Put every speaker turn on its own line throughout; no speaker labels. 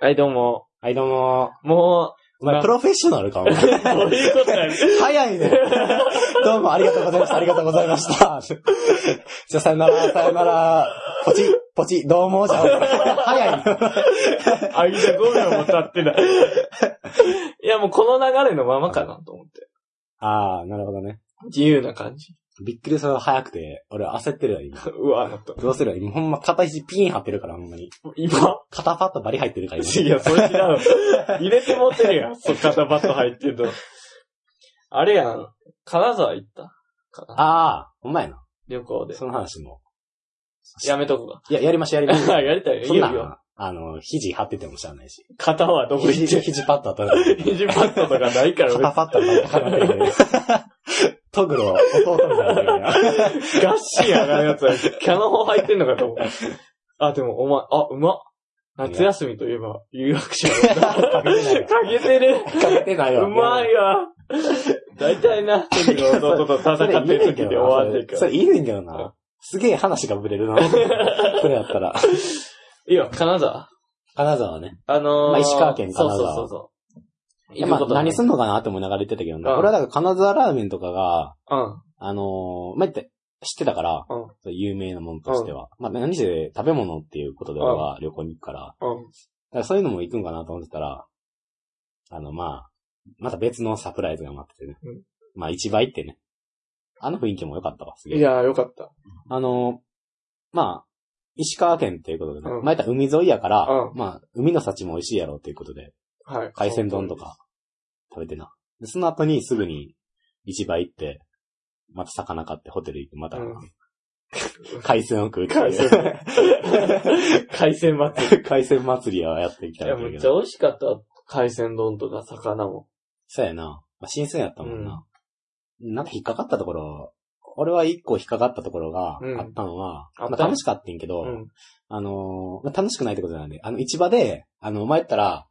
はい、どうも。
はい、どうも。
も
お前、プロフェッショナルか、お前。
う、どういうことやねん
早いね。どうもありがとうございました。ありがとうございました。 じゃあ、さよなら、さよなら。ポチ、ポチ、どうも、じゃあ、早 いね。
あ、いや、5秒も経ってない。いや、もうこの流れのままかなと思って。
あー、なるほどね。
自由な感じ。
びっくりする早くて、俺焦ってるよ、今。
うわ、なった。
どうするよ、今ほんま片肘ピーン張ってるから、ほんまに。
今
片パッとバリ入ってるから、今。
いや、それ違う。入れて持ってるやん。 そっ肩バット入ってるの。あれやん。金沢行ったかな
あー、ほんまやな。
旅行で。
その話も。
やめとこ
いや、やりましょう、やりまし
う
ょ
か。
う。
やり たいよ。
そ
いい
んな
よ。
ん、あの、肘張っててもしゃあないし。
肩はどこ行 って
肘、
る
肘パッと当たる。
肘パッドとかないから、
パ
ね、
パッとなってなってる。トグロ、弟みたいな感じや。
ガッシーやなやつは、キャノン砲入ってんのかと思う。あ、でも、お前、あ、うまっ。夏休みといえば、留学者やもんな。
かけてないよ。
かけてる。
かけてないよ。
うまいわ。大体な、トキの弟と戦
それ
ってる時
いいねんけどな
で終わってるか
そ
ら。
れいいねんけど
うん
な。すげえ話がぶれるな。それやったら。
いや、金沢。
金沢ね。
あのー、
まあ石川県金沢
そうそうそうそう。
まあ、何す
ん
んのかなって思いながら言ってたけど
う
な。
ん
俺はだから金沢ラーメンとかが、
うん。
あのー、まあ、って、知ってたから、
うん
そう有名なものとしては。まあ、何せ食べ物っていうことで俺は旅行に行くから、だ
うん。
からそういうのも行くんかなと思ってたら、あの、まあ、また別のサプライズが待っててね。
うん
まあ、一倍ってね。あの雰囲気も良かったわ、すげ
い
え。
や、よかった。
あのー、まあ、石川県っていうことでね、
うん
まあ、言ったら海沿いやから、
う
まあ、海の幸も美味しいやろっていうことで、
はい。
海鮮丼とか食べてな。で、その後にすぐに市場行って、また魚買ってホテル行って、また
うん
海鮮を食うって
海
いう。
鮮。海鮮祭
海鮮祭りはや ってい
り。
きた
い
い
や、
わけ
め
だけ
っちゃ
ど。
美味しかった。海鮮丼とか魚も。
そうやな。まあ、新鮮やったもんな。なんか引っかかったところ、俺は一個引っかかったところが
うん
あったのは、
あった
まあ、楽しかったんけど、
うん。
あのーまあ、楽しくないってことなんで、あの、市場で、あの、お前言ったら、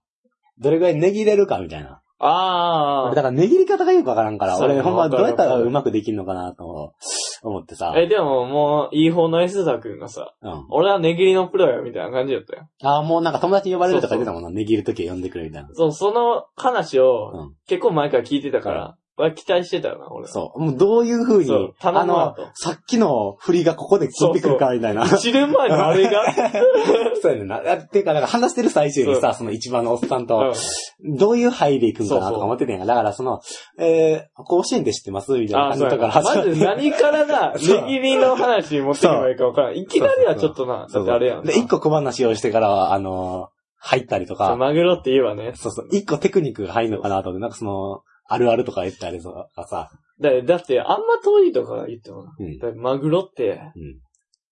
どれぐらい値切れるかみたいな。
あ
俺だから値切り方がよくわからんから、
そうや
俺
な
ほんまどうやっ
わ
たら
かるわかる
うまくできるのかなと思ってさ
あ。。え、でももう、いい方の S ザ君がさ、
うん。
俺は値切りのプロや、みたいな感じだったよ。
ああ、もうなんか友達に呼ばれるとか言ってたもんな。値切るとき呼んでくれみたいな。
そう、その話を、
うん
結構前から聞いてたから、俺は期待してたよな、俺。
そう。もうどういう風
そ
に
う、頼
あ
むわ
の
と、
さっきの振りがここで飛んでくるかみたいな。
1年前のあれが、
そうやねんな。あていうか、なんか話してる最中にさ、その一番のおっさん
う
と、
ん
どういう範囲で行くんかなと
そう
か
そう
思ってたんやんだからその、えー、甲子園って知ってますみたいな
あ
感
ー、
じ
そう
と
や
か
な。
ら
まず何からな、値
そう
切りの話に持っていけばいいか分からん。いきなりはちょっとな、だ
そ
っ
う
て
そう
あれやんな。
で、一個小話をしてから、あの、入ったりとか、
マグロって言えばね。
そうそう、一個テクニックが入るのかなと思って、なんかその、あるあるとか言ったりとかさ、
だだって、あんま遠いとか言ってもな。
うん。
だってマグロって、
うん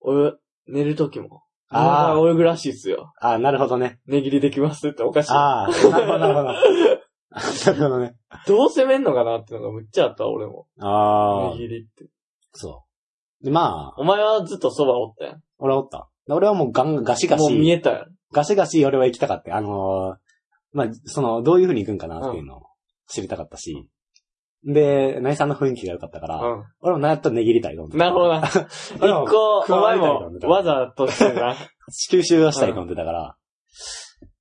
俺、寝る時も。
あー
ああ、泳ぐらしいっすよ。
ああ、なるほどね。
値切りできますっておかしい。
ああ、なるほど、なるほど。 なるほどね。
どう攻めんのかなってのがむっちゃあった、俺も。
ああ
値、切りって。
そう。で、まあ、
お前はずっとそばおったやん。
俺はおった。で俺はもうガンガンガシガ
もう見
シ、
えたやん。
ガシガシ俺は行きたかった。あのーまあ、その、どういう風に行くんかなっていうのを知りたかったし。で、ナイさんの雰囲気が良かったから、
う
俺もなんやったら値切りたいと思って
ん。
た。
なるほどな。
俺も
一個、お
加わ
前
りたいと
も
思ってた、
わざとして な。
吸収をしたいと思ってたから。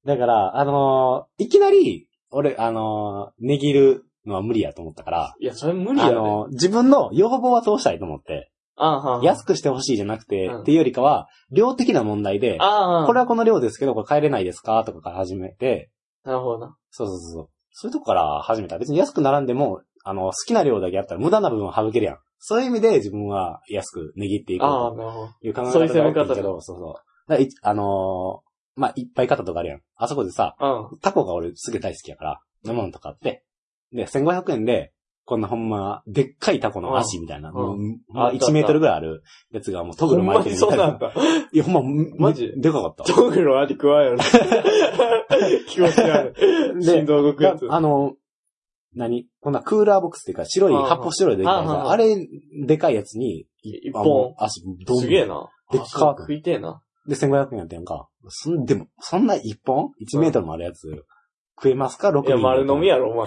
だから、あのーいきなり、俺、あのー、値切るのは無理やと思ったから、
いや、それ無理
あ
やね。
のー自分の要望は通したいと思って、
あんはん。
安くしてほしいじゃなくて、
うん
っていうよりかは、量的な問題で、
ああ。
これはこの量ですけど、これ帰れないですかとかから始めて、
なるほどな。
そうそうそうそう。そういうとこから始めた。別に安く並んでも、あの、好きな量だけあったら無駄な部分を省けるやん。そういう意味で自分は安く値切っていこう
ああ、
と
なるほど。
いう考え方
そういう攻め方
だったけど、そうそう。だからいあのーまあ、いっぱい買ったとかあるやん。あそこでさ、
うん。
タコが俺すげえ大好きやから、飲むのとかって。で、1500円で、こんなほんま、でっかいタコの足みたいな、
んあっ
もう
たあった
1メートルぐらいあるやつがもうトグル
ほんま
巻
に
いて
そ
るみ
う
たいな。
なんだ。
いや、ほんま、
マジ
でか かった。
トグロあり食わんやろ。 気持ち悪い。
で
心臓動くやつ。
あの、何こんなクーラーボックスっていうか、白い、
うんうん
発泡白いでかい
うんうん
さ、あれ、でかいやつに、
一
あも
本。
う足、ドン。
すげえな。
でっ
あ
かく
そう食いてえな。
で、1500円やったやんか。そん、でも、そんな一本 ?1 メートルもあるやつ、食えますか ?6
いや、丸飲み
や。
やろ、お前。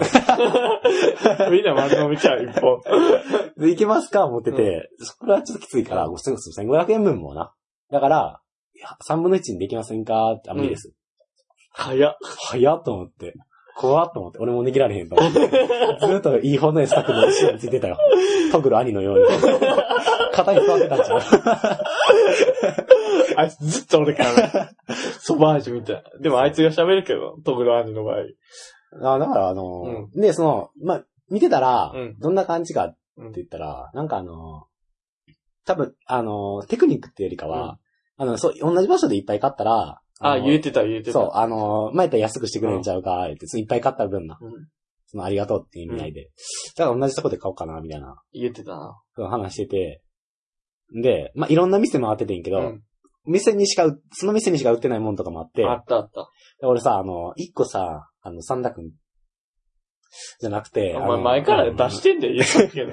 みんな丸飲みちゃう、一本。
で、いけますか思ってて、それはちょっときついから、5000 1500円分もな。だから、いや3分の1にできませんかあ、無理です。
早っ。
早っと思って。怖っと思って。俺も逃げられへんと思って。ずっといい方面策の後ろについてたよ。トグル兄のように。肩に座ってたんちゃう
あいつずっと俺から、 ソバージュみたいな。でもあいつが喋るけど、トグロアンジの場合。
あだからあのー、で、その、まあ、見てたら
うん、
どんな感じかって言ったら、なんかあのー、多分、あのー、テクニックっていうよりかは、あの、そう、同じ場所でいっぱい買ったら、
あ、
の
言えてた言えてた。
そう、あのー、前やったら安くしてくれんちゃうか、って、いっぱい買った分な
うん。
その、ありがとうっていう意味合いで。だから同じとこで買おうかな、みたいな、
言えてたな。
その話してて。で、まあ、いろんな店回っててんけ
う
ど、
ん。
店にしかう、その店にしか売ってないもんとかもあって、
あったあった。
で俺さ、あの、一個さ、あの、サンダ君、じゃなくて、
お
あ
前
の
前から出してんだよ、言えたけど。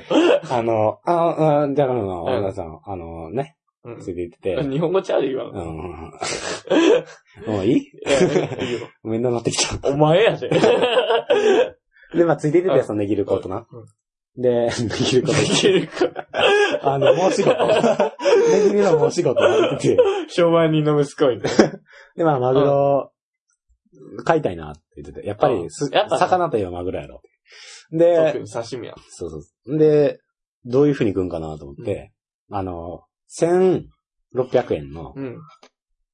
あの、あ、あ、じゃあ、あの、
うん
女さん、あのね、
うん
ついて言ってて、
日本語ちゃうで今
う
の。
ん。もういい
いやいいよ
面倒なってきちゃ
お前 やで。
う。で、まあ、ついてって
う
て、
ん
その、ネギルコートな
う。
で、ネギルコー
できるか。
ト、あの、申し 事。ネギルの申し事言ってて、
商売人の息子い
で、まあ、マグロ、買いたいなって言ってて、やっぱ
う
り
ん
す、
やっぱね
魚といえばマグロやろ。で、
特に刺身や。
そうそうそう。で、どういう風に食うんかなと思って、あの、1600円の、
うん。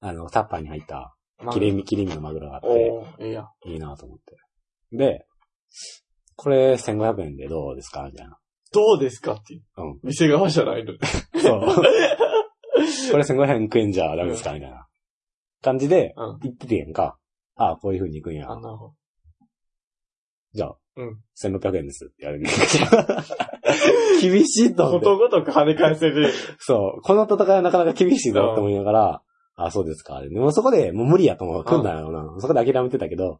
あの、タッパーに入った、
まあ
切れ身切り身のマグロがあって、
おー、いいや。
いいなと思って。で、これ1500円でどうですかみたいな。
どうですかっていう
うん。
店側じゃないのに。
そう。 これ1500円食えんじゃダメですかみたいな感じで
うん、
言っててやんか。ああ、こういう風に行くんや
あ。んなほ
じゃあ、
うん
1600円ですって言われる。厳しいと思
こ
って。
とごとく跳ね返せる。
そう。この戦いはなかなか厳しいぞって思いながら、あ、そうですか。でもそこでもう無理やと思う。来んだよな。そこで諦めてたけど、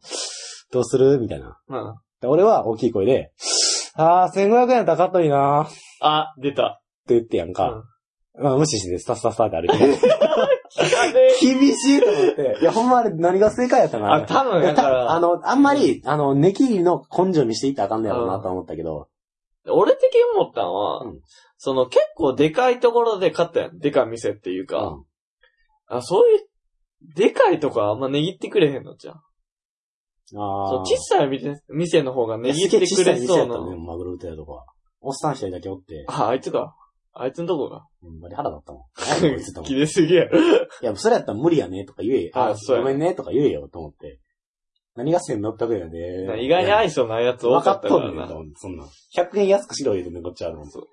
どうするみたいな。
うん。
で俺は大きい声で、あー、1500円高っといなーって
あ、出た。
言ってやんか。まあ、無視してスタスタスタって歩いて。
あれ
厳しいと思って。 いや、ほんまあれ何が正解やったな。
あ、多分
いや
だ
た
から、
あの、あんまり、あの、ネキの根性にしていったらあかんのやろうなと思ったけど、
俺的に思ったのは、
うん
その結構でかいところで買ったやん。でかい店っていうか、
うん
あそういう、でかいとこはあんま握ってくれへんのじゃん。そ
あ
う
ー
小さい店店の方が
い
握
やす
っ
げえ
て
小
く
さい
れ
店や
そ
っ
う
た
な。
ね、マグロ売ってたとこは。おっさん一人だけおって、
あ、あいつか。あいつのとこが。
ほんまに腹立ったもん。 何やこいつと思って
切れすぎや。
いや、それやったら無理やねとか言えよ。
あ
あ、
そうや
ごめんねとか言えよと思って。何が1600円やね
意外に
い
愛想ないやつ多
分
か
か
っ
ったと
か
ん
ら
ねん
な。
と思って、そんなん。100円安くしろ言うてんねんこっちは。
そうい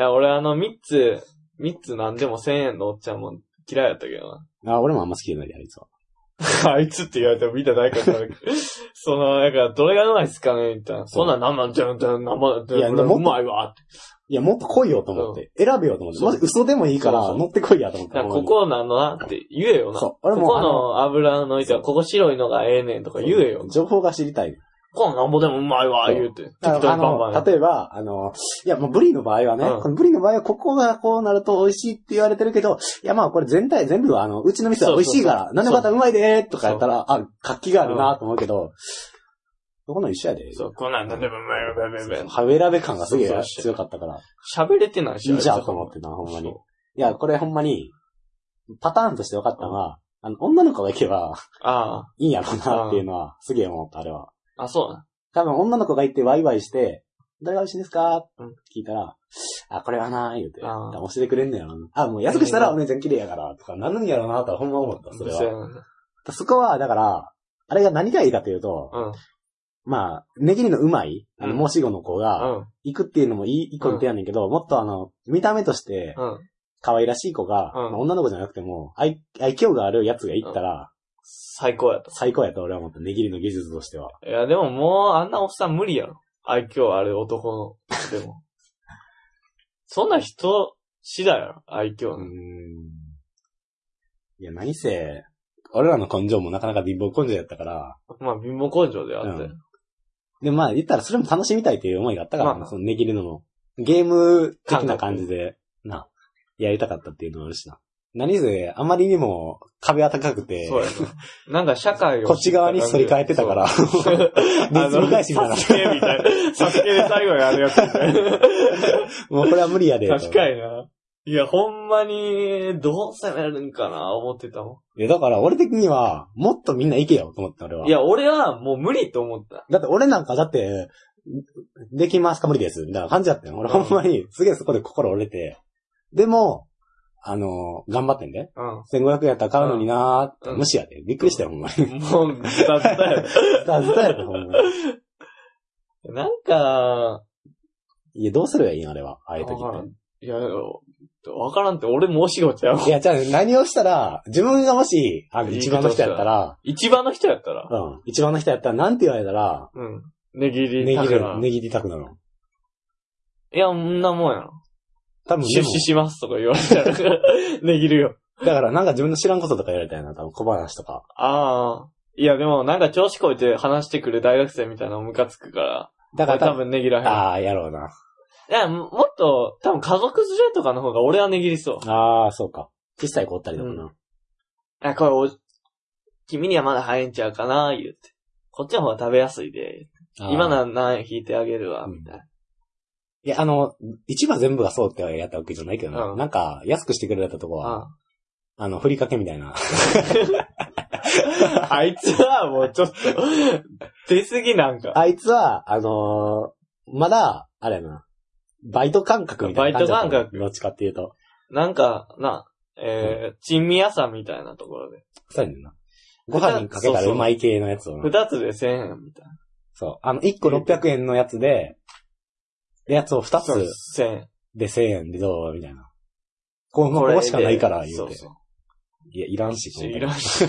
や、俺あの3つ、3つなんでも1000円のおっちゃんも嫌いやったけどな。
あ、俺もあんま好きじゃないで、あいつは。
あいつって言われても見たないからな その、なんか、どれがうまいっすかねみたいな。
そ
そ
うん
なんなんなんちゃうんちゃうん、なんなんちゃ
いや
う
でも
うまいわって。
いや、もっと来いよと思って。選べよと思って。
そう
まず嘘でもいい
そ
か
う
ら
そう
乗ってこいやと思って。
だからここなのなって言えよな。
そう俺も
ここの油の板はここ白いのがええねんとか
ほんま
言
に
えよ。
情報が知りたいねん。
このなんぼでもうまいわ、
そう
言うて。
あ
適当にバン
の、
バン。
例えば、あの、いや、もうブリの場合はね、
うん
このブリの場合はここがこうなると美味しいって言われてるけど、いや、まあこれ全体、全部はあの、うちの店は美味しいから、
そう
何
そう
の
そう
方うまいでーとかやったら、あ、活気があるなと思うけど、そこの一緒やで。
そう、こんなんなんでもうまいわ、うまいわうまいわ
ハベラベ感がすげえ
そうそう
強かったから、
喋れてないし。
いいじゃ
あい
ん
つ
と思ってな、ほんまに。い
そう
や、これほんまに、パターンとして分かったのは、あの、女の子が行けば
あ
いいんやろうなっていうのは、すげえ思った、あれは。
あ、あ、そうな。
多分女の子が行ってワイワイして、どれが美味しいんですかって
うん
聞いたら、あ、これはなー言うて、
あー
教えてくれんのやろな。あ、もう安くしたらお姉ちゃん綺麗やから、とか、なんなんやろうな、とはほんま思った、それ
そう
は。
やな
そこは、だから、あれが何がいいかというと、
うん。
まあ、ネギリのうまい、あ
う
の、申し子の子が、
うん。
行くっていうのもいい、一個の手やねんけど、もっとあの、見た目として、
うん。
可愛らしい子が、
うん
まあ女の子じゃなくても、愛、愛嬌があるやつが行ったら、
最高やと。
最高やと俺は思った、ネギリの技術としては。
いや、でももう、あんなおっさん無理やろ。愛嬌ある男の。でも。 そんな人、次第やろ、愛嬌
うー
の。
ん。いや、何せ、俺らの根性もなかなか貧乏根性やったから、
まあ、貧乏根性であって。
うんで、まあ言ったらそれも楽しみたいという思いがあったから、
まあ
そのネギリのも、ゲーム的な感じで、な、やりたかったっていうのもあるしな。何せ、あまりにも壁は高くて、
そうやな。なんか社会を。
こっち側に反り返ってたか。ら、
あ
ネズ
の、
ミ返しみた
サ
いな
ス。ケ みたいな。サスケで最後にあるやつみたいな。
もうこれは無理やで。
確かにな。いや、ほんまに、どうせなるんかな、思ってたも
いや、だから俺的には、もっとみんな行けよと思った俺は。
ん。い、や、俺はもう無理と思った。
だって俺なんかだって、できますか無理です。みたいな感じだったよ。俺ほんまに、すげえそこで心折れて。でも、あの、頑張ってんで。
う
1500円やったら買うのになーって、
うん
無視やで。びっくりしたよ、ほんまに。
ん。もう、だったよ。
だずっとやろ、ほんまに。
なんか、
いや、どうすればいいんあれは。ああいう時
わから
っ
んいや、わからんって、俺もお仕事や もん
て。いや、じゃあ何をしたら、自分がもし、あの、一番の人やったら、
一番の人やったら。
うん、一番の人やったら、なんて言われたら、
うん。ねぎり
ねぎ
高
る、
菜
ねぎりたくなるの。
いや、んなもんやろ。
多分で
出
も
資しますとか言われたら、 ねぎるよ。
だからなんか自分の知らんこととかやりたいな、多分小話とか。
ああ。いや、でもなんか調子こいて話してくる大学生みたいなのムカつくから。
だか
俺
ら
多
多分、
分ねぎらへん。
ああ、やろうな。
いや、ももっと、多分家族連れとかの方が俺はねぎりそう。
ああ、そうか。小さい子おったりとかな。
あ、これお、君にはまだ早いんちゃうかな、言うて。こっちの方が食べやすいで。
あー
今なら何円引いてあげるわ、
うん
みたいな。
いや、あの、市場全部がそうってやったわけじゃないけどな。
うん
なんか、安くしてくれたとこは、
あ
あの、ふりかけみたいな。
ああいつはもうちょっと、出すぎなんか。
あいつは、あのーまだ、あれやな。バイト感覚みたいな感じだっ
バ
た。
イト感覚
どっちかっていうと。
なんか、な、えー、珍味屋さんみたいなところで。
そうやねんな。ご飯にかけたらうまい系のやつをな。そう
二つで千円みたいな。
あの、1個600円のやつで、やつを2つ
千円。
で1000円でどうみたいな。こう、こ
れ
こしかないから、言
そうう
て。
そ
いや、いらんし。
う。いらんし。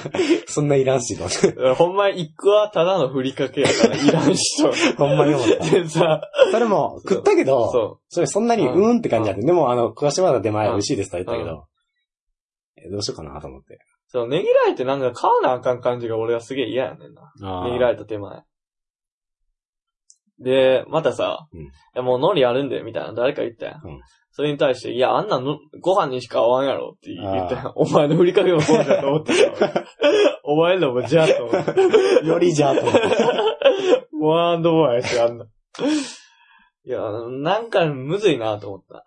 そんないらんし、と思って。
ほんま一個はただのふりかけやから、いらんしと。
ほんまに思っ た。
でさ、
それも、食ったけど、そ
そ
れそんなに、
う
うんーんって感じだった。でも、あの、小島の出前
うん
美味しいですとは言ったけど、えどうしようかなと思って。
う。そう、ねぎられてなんか買わなあかん感じが俺はすげえ嫌やねんな。ねぎら
い。
れた手前。で、またさ、
うん
いやもう海苔あるんで、みたいな誰か言ったやん。
うん
それに対して、いや、あんなの、ご飯にしか合わんやろって言ったやん。お前のふりかけもそうだと思って た。お前のもじゃあと思って。
よりじゃあ、と思って。
ワンドボやし、あんな。いや、なんかむずいなと思った。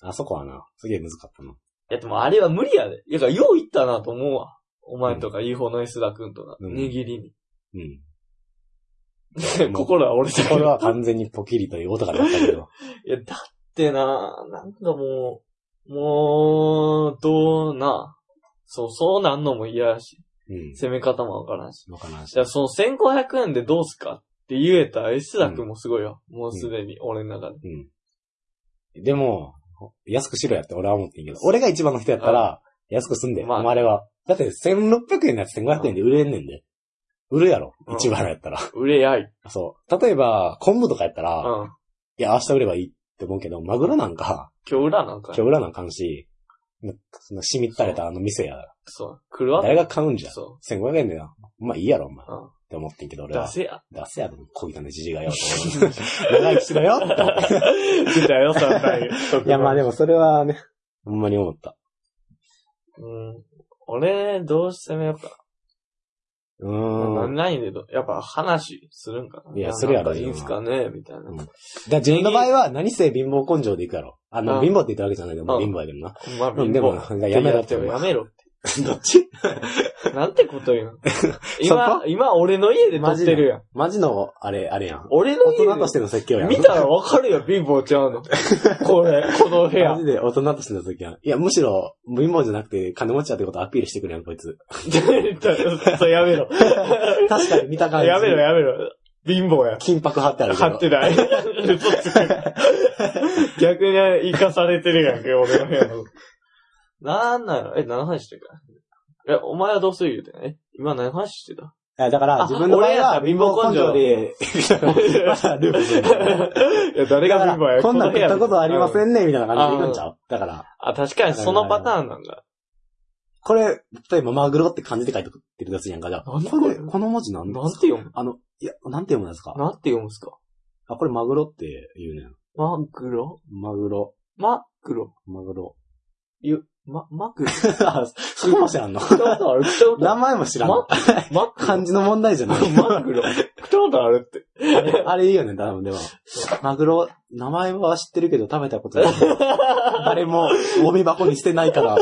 あそこはな、すげえ難かったな。
いや、でもあれは無理やで。いや、だからよう言ったなと思うわ。お前とか UFO の安田くんとか、
うん
握りに。
うん。ん
心は折れたけ
これ
ど。
は完全にポキリという音が鳴ったけど。
いや、だってな、なんかもう、もう、どうな。そう、そうなんのも嫌やし、
うん。
攻め方もわからんし。
どうかな。
じゃあ、その1500円でどうすかって言えた安田くんもすごいよ。もうすでに、俺の中で。
でも、安くしろやって俺は思ってんけど、俺が一番の人やったら、安くすんで、
まあ
まあ、あれは。だって、1600円のやつ1500円で売れんねんで。売るやろ、
うん
一番やったら。
売れやい。
そう。例えば、昆布とかやったら、
うん。今
いや、明日売ればいいって思うけど、マグロなんか、
日裏なんか
今。日売らなあかんし、なその、しみったれたあの店や、
そう。来るわ
誰が買うんじゃん。
そ
1500円でな。まあいいやろ、お前。
う。うん。
って思ってんけど、俺
出
は。
せ や。
出せやろ、小汚いじじがよ。長生きしろよって思って
出たよ、三代。
いや、まあでもそれはね、ほんまに思った。
うん。俺、どうしてもやっぱ、
うーん。
何々でど、やっぱ話するんかな。
いやそれや
な
ろ
んかいいんすかねみたいな。
う
うんん。
だ自分の場合は、何せ貧乏根性でいくやろ。あ
う
の、
ん
貧乏って言ったわけじゃないけど、まあ
うん
貧乏やけどな。
まあ、
うんでも
貧乏
やめろって
ややめろって。
どっち
なんてこと 言うの今、今俺の家で撮ってるやん。
マジの、あれ、あれやん。
俺の
大
家
人とし
で。
ての説教やん。
見たらわかるよ、貧乏ちゃうの。これ、この部
マ
屋
ジ。で大人としての時は。いや、むしろ、貧乏じゃなくて金持ちだってことをアピールしてくるやん、こいつ。
そうやめろ。
確かに見た感じ。
やめろ、やめろ。貧乏や。
金箔貼ってあるけ
貼
ど。
ってない。嘘つけ。逆に生かされてるやんけ、俺の部屋の。なんなのえ、何の話してるかえ、お前はどうする言うてんえ、今何の話してた
いやだから、
あ
自分の場合
俺やった
は
ら
貧乏根性で、まだループするんだよ
いや、誰
だ
が
か
貧乏や
ら、こんなん
部
食っ
屋
たことありませ
うん
ね、みたいな感じでいくんちゃうだから、
あ、確かにそのパターンなんだ。
これ、例えばマグロって漢字で書いてくってるやつやんか、じゃあ。
なんだ
これ、この文字なんだ
なんて読む
あの、いや、なんて読むんですか
なんて読むんすか
あ、これマグロって言うねん。
マグロ
マグロ、
マグロ
マグロ。
ゆ、ま、マク
あ、そうかもしれ んの。
食ったことある食ったことあ
名前も知らんの。
るマク
漢字の問題じゃない。
マグロ。食ったことあるって。
あれいいよね、多分でも。マグロ、名前は知ってるけど食べ たことない。誰もゴミ箱に捨てないから。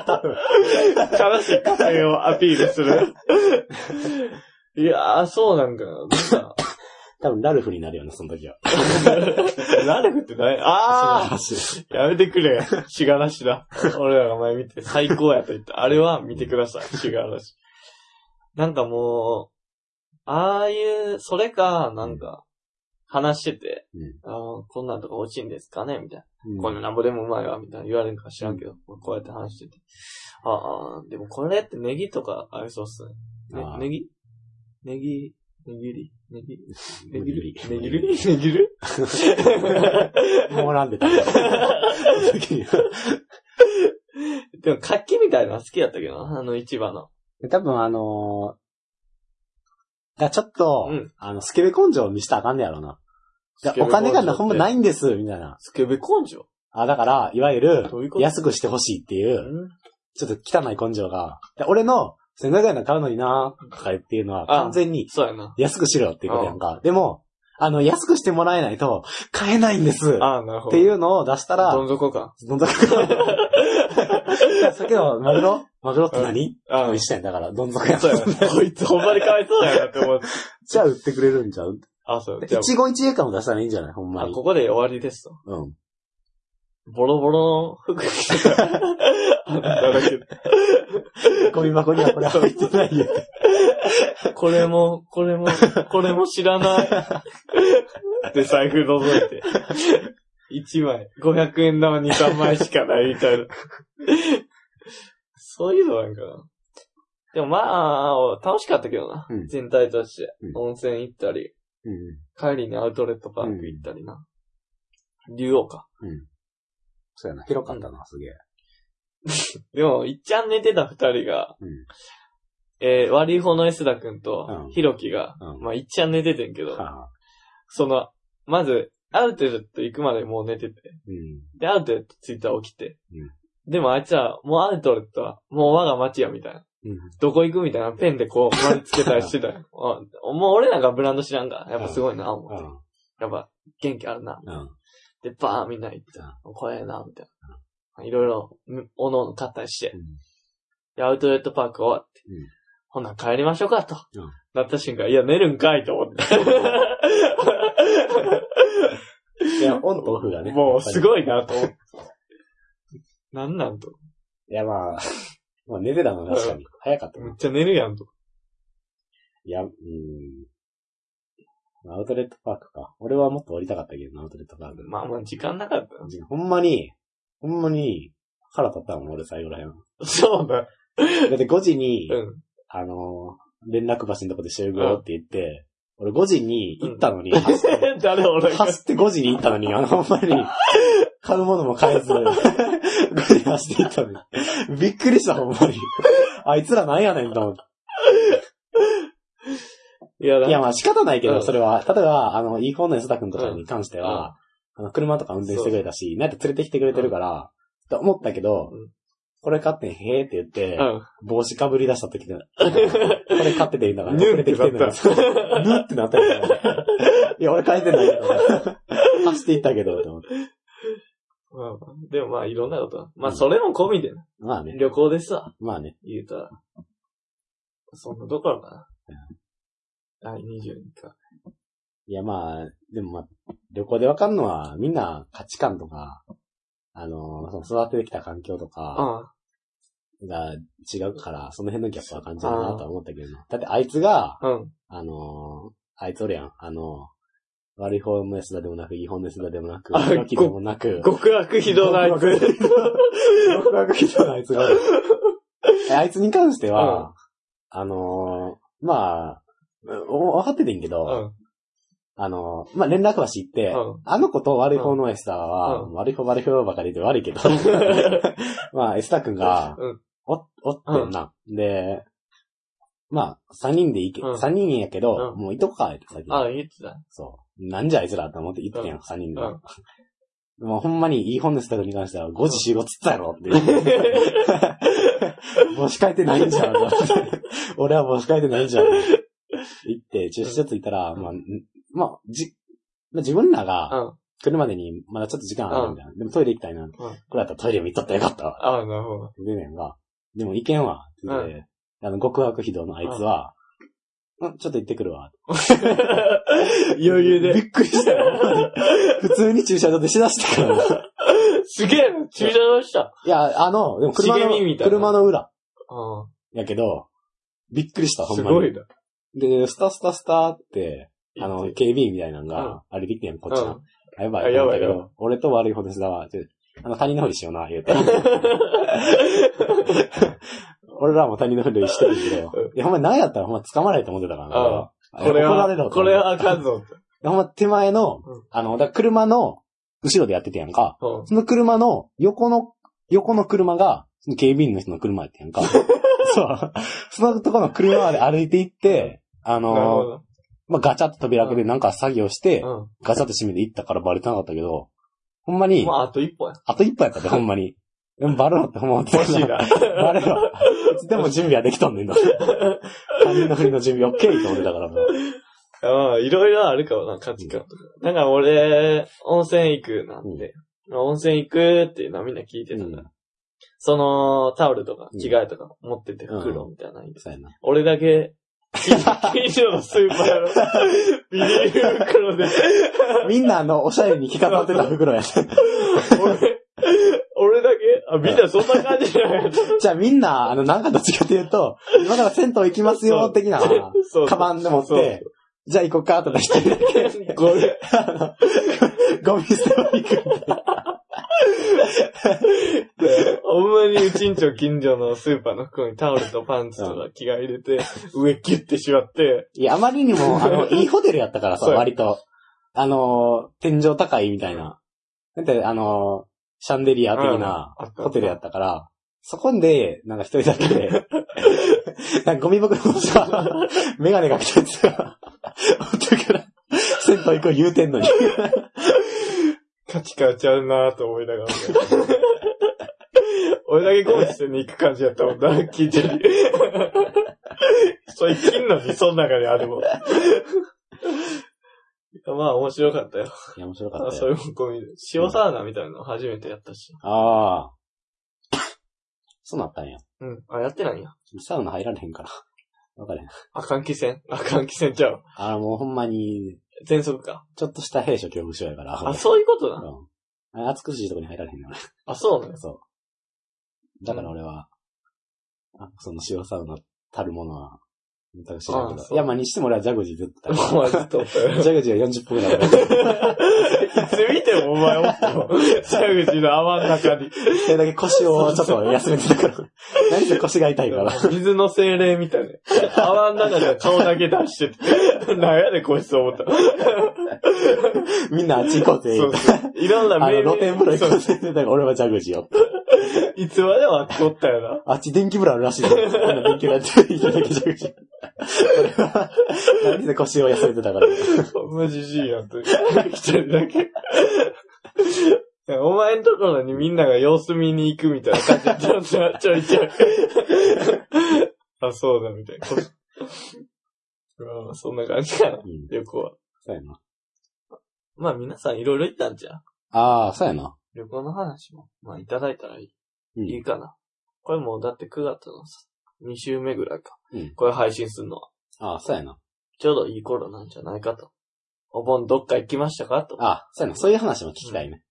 正しい家庭をアピールする。いやー、そうなんかな。
多分ラルフになるよね、その時は。
ラルフって何あ
素
ーやめてくれ。しがらしだ。俺らが前見て最高やと言った。あれは見てください。しがらし。なんかもう、ああいう、それか、なんか、話してて、
うん
あーこんなんとか落ちんですかねみたいな。
晴
こん
らしい。
ななんぼでもうまいわ、みたいな言われるんか知らんけど、こうやって話してて。ああ、でもこれってネギとかありそうっすね。ね
あー
ネギネギ、ネギりネギ、ネギ
ネ
る
ギ
ネギるネギる
もうらんでた。その時に
でも活気みたいなの好きやったけどな、あの市場の。
多分あのー、だからちょっと、
うん
あの、スケベ根性を見したらあかんねやろうな。いや
スケベ
お
根性って
金がほんまないんです、みたいな。
スケベ根性
あ、だから、いわゆる
どういう、こと
安くしてほしいっていう、ちょっと汚い根性が、いや俺の1500円の買うのになとか言っていうのは、
あ
完全に
そうやな。
安くしろよっていうことやんか。でも、あの、安くしてもらえないと、買えないんですっ
ああ、なるほど。
ていううのを出したら、
どん底か。
ど ん底から。さっきのマグロマグロって何
ああ
一緒やん。だから、どん底やん。
そうやな。こいつほんまにかわい そうやなって思って。
じゃあ売ってくれるんちゃう
あ、そう。じゃ
一期一会感を出したらいいんじゃないほん
あ、
ま
あ
に。
ここで終わりですと。
うん。
ボロボロの服着て た。あんただけ
ゴミ箱にはこれ入ってな いよ。
これも、こ れも、これも知らない。で、財布覗いて。1枚、500円玉2、3枚しかないみたいな。そういうのなんかな。でもまあ、楽しかったけどな。
うん
全体として。
うん
温泉行ったり、
うん。
帰りにアウトレットパーク行ったりな。竜王か。
そうやな。広かったな、すげえ。
でも、いっちゃん寝てた二人が、
うん
えー、悪い方のエスダ君
う
と
ん、
ヒロキが、
うん
まあ、いっちゃん寝ててんけど、
はあ
その、まず、アウトレット行くまでもう寝てて。
うん。
で、アウトレット着いたら起きて。
うん
でもあいつは、もうアウトレットは、もう我が町や、みたいな。
うん。
どこ行くみたいなペンでこう、丸つけたりしてたよ。 あもう俺なんかブランド知らんから、やっぱすごいな、思って。やっぱ、元気あるな。
うん。
で、バーンみんな行って、怖えな、みたいな。いろいろ、むおのおの買ったりして。で、アウトレットパーク終わって。
うん
ほんなら帰りましょうか、と。
うん
なった瞬間、いや、寝るんかい、と思 って。
いや、オンとオフがね。
もうす
い。
ごいなと思って。 なんなんと。
いや、まあ、まあ寝てたの確かに。早かった
め
な
っ。ちゃ寝るやんと。
いや、うん。アウトレットパークか。俺はもっと降りたかったけどな、アウトレットパーク。
まあまあ時間なかったな。
ほんまに、ほんまに、腹立ったもん、俺最後らへん。
そうだ。
だって5時に、
うん。
あのー、連絡橋のとこで集合って言って、俺5時に行ったのに、
誰俺が。
走って5時に行ったのに、あの、ほんまに、買うものも買えず、5時に走って行ったのに。びっくりした、ほんまに。あいつらなんやねんと思って。
いや、
いや、
な
まあ仕方ないけ
う
ど、
ん
それは。例えば、あの、イーフォンの安田くんとかに関しては、あの、車とか運転してくれたし、なんか連れてきてくれてるから、と思ったけど
うん、
これ買ってんへーって言って、
うん。
帽子かぶり出した時で、これ買ってていいんだから、
ぬって
て
なった
た。ぬってなったよね。いや、俺書いてないけど。走っていったけど、と思って。
まあまあでもまあいろんなことは。まあそれも込みでな。
まあね。
旅行でさ、
まあね。
言うたら。そんなところかな。はい、22か。
いや、まあ、でもまあ、旅行でわかんのは、みんな価値観とか、あのー、その育ててきた環境とか
あ
が違うから、その辺のギャップは感じるなとは思ったけどな。だってあいつが、
あ、うん。
あのー、あいつおるやん。あのー、悪い方の安田でもなく、いい方の安田でもなく、
あ
良きでもなく、
極悪非道なあいつ。
極悪非道なあいつが。えあいつに関して
う
は、あのー、まあ、お分かっててんけ
う
ど、
ん。
あのー、まあ連絡橋行って
うん、
あの子と悪い方のエスターは、
うん
悪い方悪い方ばかりで悪い けど、まあエスター君が
うん、
お、おってんな。で、まあ、三人で行
うん
け、三人やけど、
うん
もういとこか、って先に
ああ、言ってた。
そう。なんじゃあいつらと思って行ってん
う
やん、三人で
うん。
まあほんまにいい本ですとかに関しては、5時集合つったや ろっていう。帽子変えてないんじゃん。 俺は帽子変えてないんじゃん。行って、駐車場着いたら、まあ、んまあ、じ、まあ自分らが、
うん。
来るまでにまだちょっと時間あるみたいな。でもトイレ行きたいな。これだったらトイレも行っとったらよかったわ。
ああ、なるほど。
でねんが、でも行けんわ。って言ってあの、極悪非道のあいつは、うん、ちょっと行ってくるわ。
余裕で。
びっくりしたよ。ほ んまに普通に駐車場でしだしたから。
すげえ駐車場した。
いや、あの、でも車の
茂みみ、たいな
車の裏。
あ
やけど、びっくりした、
あ、
ほん
す
まに。
ごいな。
で、スタスタスタって、あ
う
の、
ん、
警備員みたいなのが、あれできてん、こっちの。あやば
あ
い。
やばい
だけ
や
ど、俺と悪い方ですだわ。ちょあの、他人のふりしような、言 うて。俺らも他人のふりしてるけど
う、
いや、ほんまに何やったらほんま捕まられると思ってたからな
これ
怒られろ
は、
と
こ
思って
れはあかんぞ。
ほんま手前の
うん、
あの、だから車の後ろでやっててやんか。
うん
その車の横の、横の車が、その警備員の人の車やってや んか。そう。そのとこの車まで歩いていって、あ
なるほ
の、
ど。
まあ、ガチャって扉開けてなんか作業して、
うん
ガチャって閉めて行ったからバレてなかったけど、ほんまに
ま、あ、あと一歩や。
あと一歩やった で、ほんまに。でもバレろって思って
欲しいな。
バレろ。いつでも準備はできとんねんな。他人の振りの準備 OK って思ってたからもう。
ああ、いろいろあるかもな、価値観とか。なんか俺、温泉行くなんて、温泉行くっていうのはみんな聞いてたから、
うん
その、タオルとか
うん
着替えとか持ってて袋みたいなのに、
そうやな。
俺だけ、近所のスーパーのビニール袋で、
みんなあの、おしゃれに着飾ってた袋 やね。
俺、俺だけ、あ、みんなそんな感じじゃない
じゃあみんな、あの、なんかどっちかというと、今から銭湯行きますよ、的な、
そう。
カバンで持って、じゃあ行こうか、とか一人だけ、
ごめん
あのゴミ捨て場に行く。
ほんまにうちんちょ近所のスーパーの袋にタオルとパンツとか着替え入れ て、上キュッてしまって、
いや、あまりにも、あの、いいホテルやったからさ、
そうや
割と。あのー、天井高いみたいな。なんて、あのー、シャンデリア的な
うんあった
ホテルやったから、そこで、なんか一人だけで、 なんかゴミ袋のさ、メガネかけたやつが、おったから、銭湯行こう言うてんの に。
価値観ちゃうなぁと思いながら。俺だけゴミ捨てに行く感じやったもんな、聞いてる。 それ切んのに、その中にあるもん。いやまあ面白かったよ。
いや、面白か
あ
った
そ
よ。
れも込みで。塩サウナみたいなの初めてやったし。
ああ。そうなったんや。
うん。あ、やってないんや。
サウナ入られへんから。わかれへん。
あ、換気扇あ、換気扇ちゃう。
あの、もうほんまに、
喘息か。
ちょっとした閉所恐怖症やから。
あ、そういうことな。
うん。暑苦しいとこに入られへんの俺。
あ、そうね。
そう。だから俺は、あその塩サウナたるものは、全く知らんけ
ああ
ど。
そう
いや、まあ、にしても俺はジャグジーずっと 食べ
お前ずっとおったよ
てるジャグジーは40分ぐらい食べてる。
いつ見てもお前おったよ。蛇口の泡の中に。
一人だけ腰をちょっと休めてたから。何せ腰が痛 いから。
水の精霊みたいな。泡の中で顔だけ出してて。なんやでこいつ思った。
みんなあっち行こうぜ。
そうそう。いろんな
あの、露天風呂行
そ
こう
う
ぜ。だから俺はジャグジーを。
いつまでもあっこったよな。
あっち電気風呂あ るらしいぞ。あの電気風呂やってる。一人だけジャグジー。俺は、何せ腰を休めてたから。
無じじいやんと。一人だけ。お前んところにみんなが様子見に行くみたいな感じで、ちょいちょいちょいちょい。あ、そうだ、みたいな。こうんそんな感じかな、
うん。
旅行は。
そうやな。
まあ皆さんいろいろ行ったんじゃう
ああ、そうやな。
旅行の話も、まあいただいたらいい。
うん
いいかな。これもうだって9月の2週目ぐらいか。
うん
これ配信するのは、
ああ、そうやな。
ちょうどいい頃なんじゃないかと。お盆どっか行きましたかと。
あ、そうやな。そういう話も聞きたいね。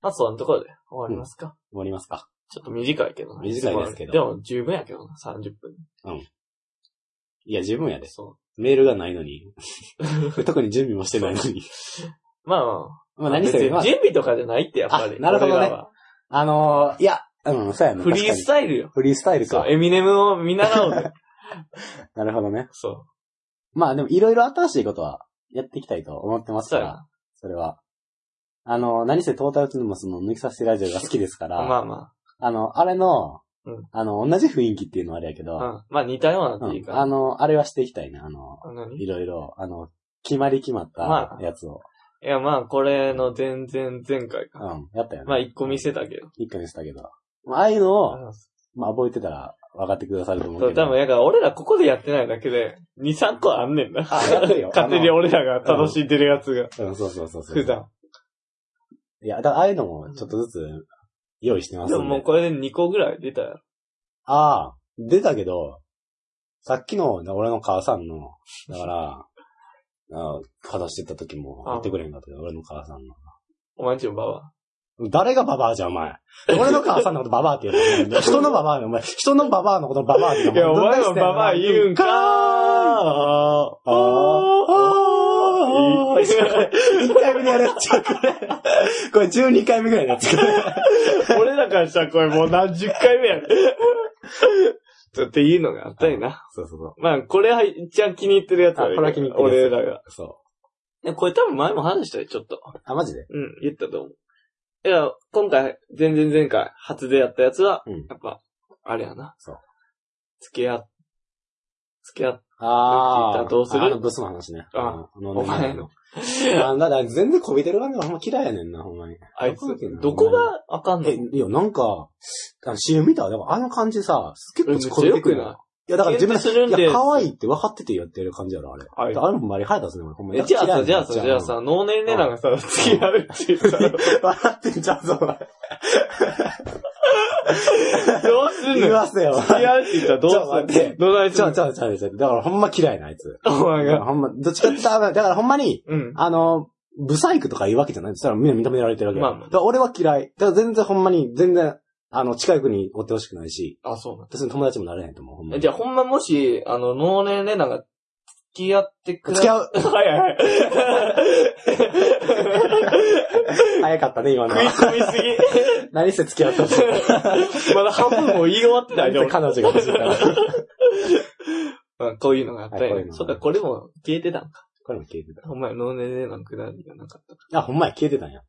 まあそんなところで終わりますか。
終わりますか。
ちょっと短いけどな
短いですけど
でも十分やけどな、30分。
いや、十分やで。
そ
メールがないのに。 特に準備もしてないの
う。
に。
まあま
ま
あ。
あ何せ、
別
ま
に
あ、
準備とかじゃないってやっぱり。
あなるほどね
俺らは
あのー、いや、うん、そうやな。
フリー
確
ス
か
タイルよ
に。。フリースタイル
そう
か、。
エミネムを見習おう ぜ。
なるほどね。
そ
まあでも、いろいろ新しいことはやっていきたいと思ってま
う。
す
そ
か
うや
ら、
な。
それは。あのー、何せトータルツーもその、抜きさせてラジオが好きですから、
まあま
あの、あれの
うん、
あの、同じ雰囲気っていうのはあれやけど、
あ。うん。まあ似たようなっていう
うん
か。
あの、あれはしていきたいな、あの、
あの、
いろいろ、あの、決まり決まっ
ま
た
あ
やつを。
いや、まあ、これの前々前回か。
うん。やったよね。
まあ、一個見せたけど。
一個見せたけど。まあ、ああいうのを、
そ
まあ、覚えてたら分かってくださると思う
う、
けど。
多分、やから俺らここでやってないだけで、2、3個あんねんな。
あやってるよ
勝手に俺らが楽しんでるやつが、
うん、そうそうそうそう。
普段。
いや、だからああいうのもちょっとずつ用意してます
で
ん
ももうこれで2個ぐらい出たよ。
ああ、出たけど、さっきの俺の母さんの、だから、あ話してた時も言ってくれへんかったけど、俺の母さんの。
お前んちのばば。
誰がババアじゃん、お前。俺の母さんのことババアって言うの。人のババアね、お前。人のババアのことババアって言う
い
の。
や、お前もばば言うんかーあー
ああ、一回目でやるやつこれ。これ12回目ぐらいのやつ。
俺らからしたらこれもう何十回目やねん。っていうのがあったりな。
そうそうそう。
まあ、これは一番気に入ってるやつだよ
あこれは気に入ってるや
俺
つ
らが。
そ
ねこれ多分前も話したよ、ちょっと。
う。あ、マジで
うん、言ったと思う。いや、今回、前々前回、初でやったやつは、
うん
やっぱ、あれやな。
そう。
付き合っ、付き合っ、
あ
聞いた
あ。
らどうする
あのブスの話ね。
あ
あの、
お前の。
あだから全然こびてる感じがほんま嫌いやねんな、ほんまに。
あいつ
どこだっけな、
どこがあかんの
え、いや、なんか、あの CM 見たでもあの感じさ、結構こびてくる
めっちゃ良くない
いや、だから自分
するん
い
で
や、可愛いって分かっててやってる感じやろ、あれ。
はい
あれもマリハイだっすね、俺ほんま
えじゃあさ、じゃあさ、
嫌い
じ
に
ゃ
な
あ
っちう
さ、脳年齢なんかさ、付き合うってさ、
笑ってんじゃんぞ、お前
どうすんの
言わせよ。
付き合うって言ったらどう
ちょっと
す
待
ん
って
のどない
ち
すん
ょ、
の
ちょ、ちょ、ちょ、だからほんま嫌いな、あいつ。
お前が。
ほんま、どっちかって言ったら、だからほんまに、
うん。
あの、ブサイクとか言うわけじゃない。そしたらみんな認められてるわけよ。
まあまあ
だから俺は嫌い。だから全然ほんまに、全然、あの、近くにおってほしくないし、
あ、そうなん
別に友達もなれへんと思う。ほんま
え
に
じゃあ、ほんまもし、あの、脳年齢なんか、付き合ってくれ。
付き合う。
はいはい。
早かったね、今の
食い
は。
込みすぎ。
何せ付き合ったの
まだ半分も言い終わってない
何
で
せ
俺
彼女が欲しいから。
うんこういうのがあった
はいこ
よ
ういうのが
そうか、これも消えてたんか。
これも消えて
お前、脳年齢なんかなりがなかったか。
た。あ、ほんまや、消えてたんや。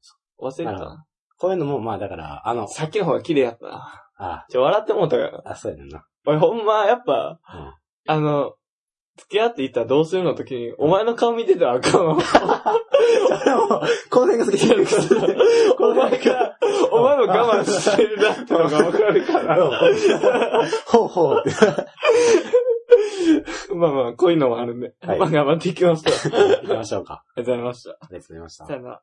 忘れてた
なる
な。
こういうのも、まあだから、あの、
さっきの方が綺麗やったな。
あ、
ちょ、笑ってもうたから。
あ、そうやねんな。
俺、ほんま、やっぱ、
うん
あの、付き合っていったらどうするの時に、お前の顔見てたらあか んわ。
でも、この辺が好きなんですけど
お前が、お前も我慢してるなってのがわかる から。
ほうほうって。
まあまあ、こういうのもあるんで。
はい
まあ頑張っていきますと。ありがと
行きましょうか。
うございました。
ありがとうございました
さ。よなら。